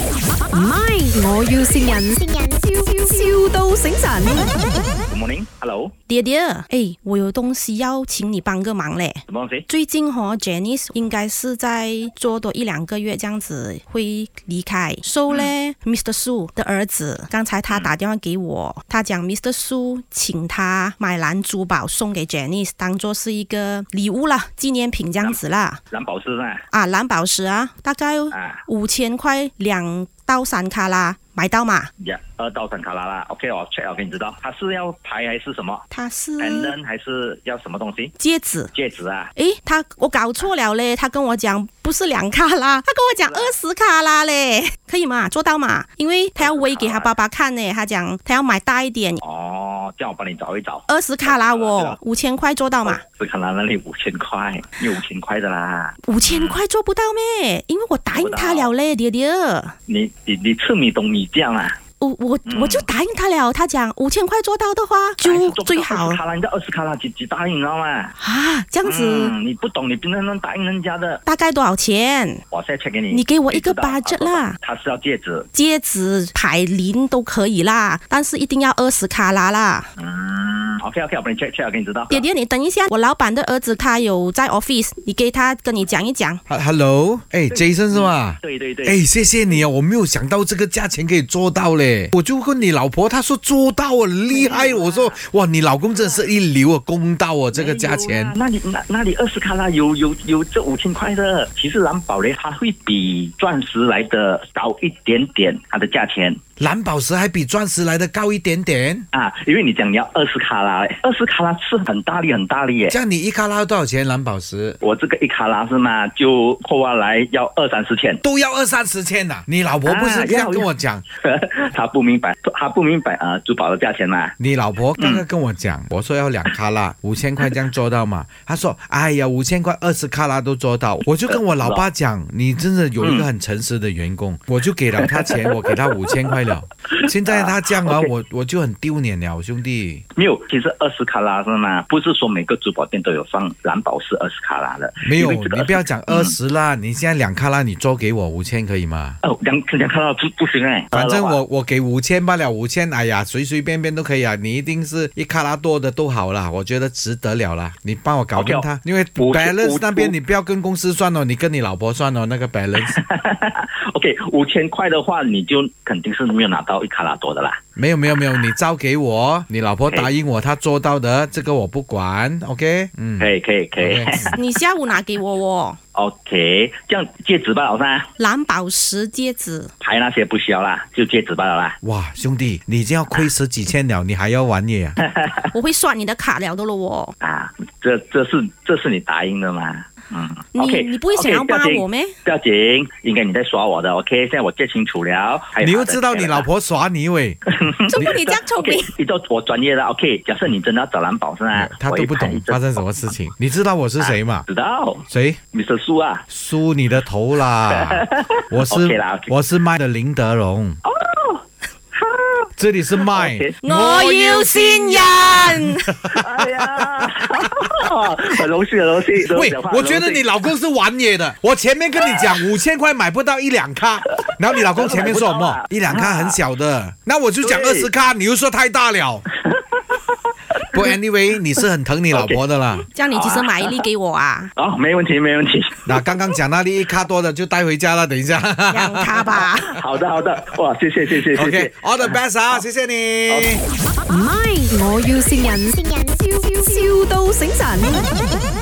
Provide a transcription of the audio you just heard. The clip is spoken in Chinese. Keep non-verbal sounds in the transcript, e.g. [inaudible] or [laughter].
唔係，我要善人，笑笑到醒神。 Good morning，Hello，爹爹，哎，我有东西要请你帮个忙嘞。什么东西？最近和 Jenny 应该是在做多一两个月这样子会离开。So 嘞、m r Su 的儿子，刚才他打电话给我，他讲 Mr. Su 请他买蓝珠宝送给 Jenny，当做是一个礼物啦，纪念品这样子啦。蓝宝石啊，啊，蓝宝石啊，大概啊，五千块两到三卡啦，买到嘛？呀，二道呃圣卡拉拉，OK，我 check 了给你知道，它是要牌还是什么它是？pendant 还是要什么东西？戒指。戒指啊，诶，他我搞错了嘞，他跟我讲不是两卡啦， [laughs] 他跟我讲二十卡啦嘞，可以吗？做到嘛？因为他要喂给他爸爸看呢，他讲他要买大一点，哦，这样我帮你找一找。二十卡啦是啊哦，五千块做到嘛？斯卡拉那里五千块，有五千块的啦。五千块做不到咩？因为我答应他了嘞，爹爹，你你你吃米懂米酱啊？我我嗯我就答应他了，他讲五千块做到的话就最好卡拉人家二十卡拉几几答应，你知道吗？啊，这样子。嗯，你不懂，你不能答应人家的。大概多少钱？我现在 check 给你，你给我一个你知道 budget 啦。它是要戒指，戒指、牌铃都可以啦，但是一定要二十卡啦啦。嗯，OK OK，我帮你 check check 了给你知道。爹爹，你等一下，我老板的儿子他有在 office，你给他跟你讲一讲。哈 Hello，哎，Jason 是吗？对对对。哎，谢谢你啊，我没有想到这个价钱可以做到嘞。我就问你老婆，她说做到啊，厉哎害。我说哇，你老公真的是一流啊，公道啊，这个价钱。哎那你那那里二十卡拉有有有这五千块的，其实蓝宝嘞，它会比钻石来的高一点点，它的价钱蓝宝石还比钻石来的高一点点。啊，因为你讲你要二十卡拉，二十卡拉是很大力很大力耶这。样你一卡拉多少钱？蓝宝石我这个一卡拉是吗？就扣下来要二三十千， [laughs] 都要二三十千呐、你老婆不是啊这样要跟我讲？他不明白，他不明白啊、呃珠宝的价钱嘛。你老婆刚嗯刚跟我讲，我说要两卡拉，五千块这样做到吗？她说，哎呀，五千块二十卡拉都做到。我就跟我老爸讲，你真的有一个很诚实的员工， [laughs] 我就给了他钱，我给他五千块了。现在他这样啊， OK 我我就很丢脸了，兄弟。没有，其实二十卡拉是吗？不是说每个珠宝店都有放蓝宝石二十卡拉的，没有，因为这个你不要讲嗯二十啦，你现在两卡拉你做给我五千可以吗？哦，两两卡拉不不行哎。反正呃我我给五千罢了，五千，哎呀，随随便便都可以啊。你一定是一卡拉多的都好啦，我觉得值得了啦。你帮我搞定 OK 哦他因为五千五 balance 那边五你不要跟公司算哦，你跟你老婆算哦，那 [laughs] 个 balance ，OK，五千块的话，你就肯定是没有拿到一卡拉多的啦。没有没有没有，你照给我，你老婆 OK 答应我她做到的，这个我不管，OK？嗯可以，可以，可以。 ，OK。你下午拿给我哦， [laughs] OK，这样戒指吧，老三，蓝宝石戒指。牌那些不需要啦，就戒指罢了啦。哇，兄弟，你已经要亏十几千了，你还要玩野啊？我会刷你的卡了的了哦。啊，这这是这是你答应的嘛？嗯你，OK，你不会想要 OK，不骂紧我咩？不要紧，应该你在耍我的，OK？现在我记清楚了。还有你他又的知道你钱了老婆耍你喂， [laughs] 怎么你这样 [laughs] 聪 OK，明？你都我专业的，OK？假设你真的要找蓝宝是吧？她嗯都不啊我啊懂一拍发生什么事情。你知道我是谁吗？知道谁？ ，Mr. 苏啊，梳你的 [laughs] 头啦！我是 OK 啦，OK 我是卖的林德荣。哦，这里是卖 OK 我要善人。哎呀， [laughs] 很荣幸，很荣幸。很荣 [laughs] 喂幸，我觉得你老公是玩野 [laughs] 的。我前面跟你讲五千块买不到一两咖，然后你老公前面说什 [laughs] 买不到么啊？一两咖很小的，那我就讲二对十咖，你又说太大 [laughs] 了。不，anyway，你是很疼你老婆的 [laughs] 啦。这样你几时买一粒给我啊？哦，没问题，没问题。那刚刚讲那里一咖多的就带回家了，等 [laughs] 一下。两卡吧。好的，好的，哇，谢谢，谢谢，谢谢。 [laughs] OK，all the best 啊，谢谢你。唔係，我要善人，笑笑到醒神。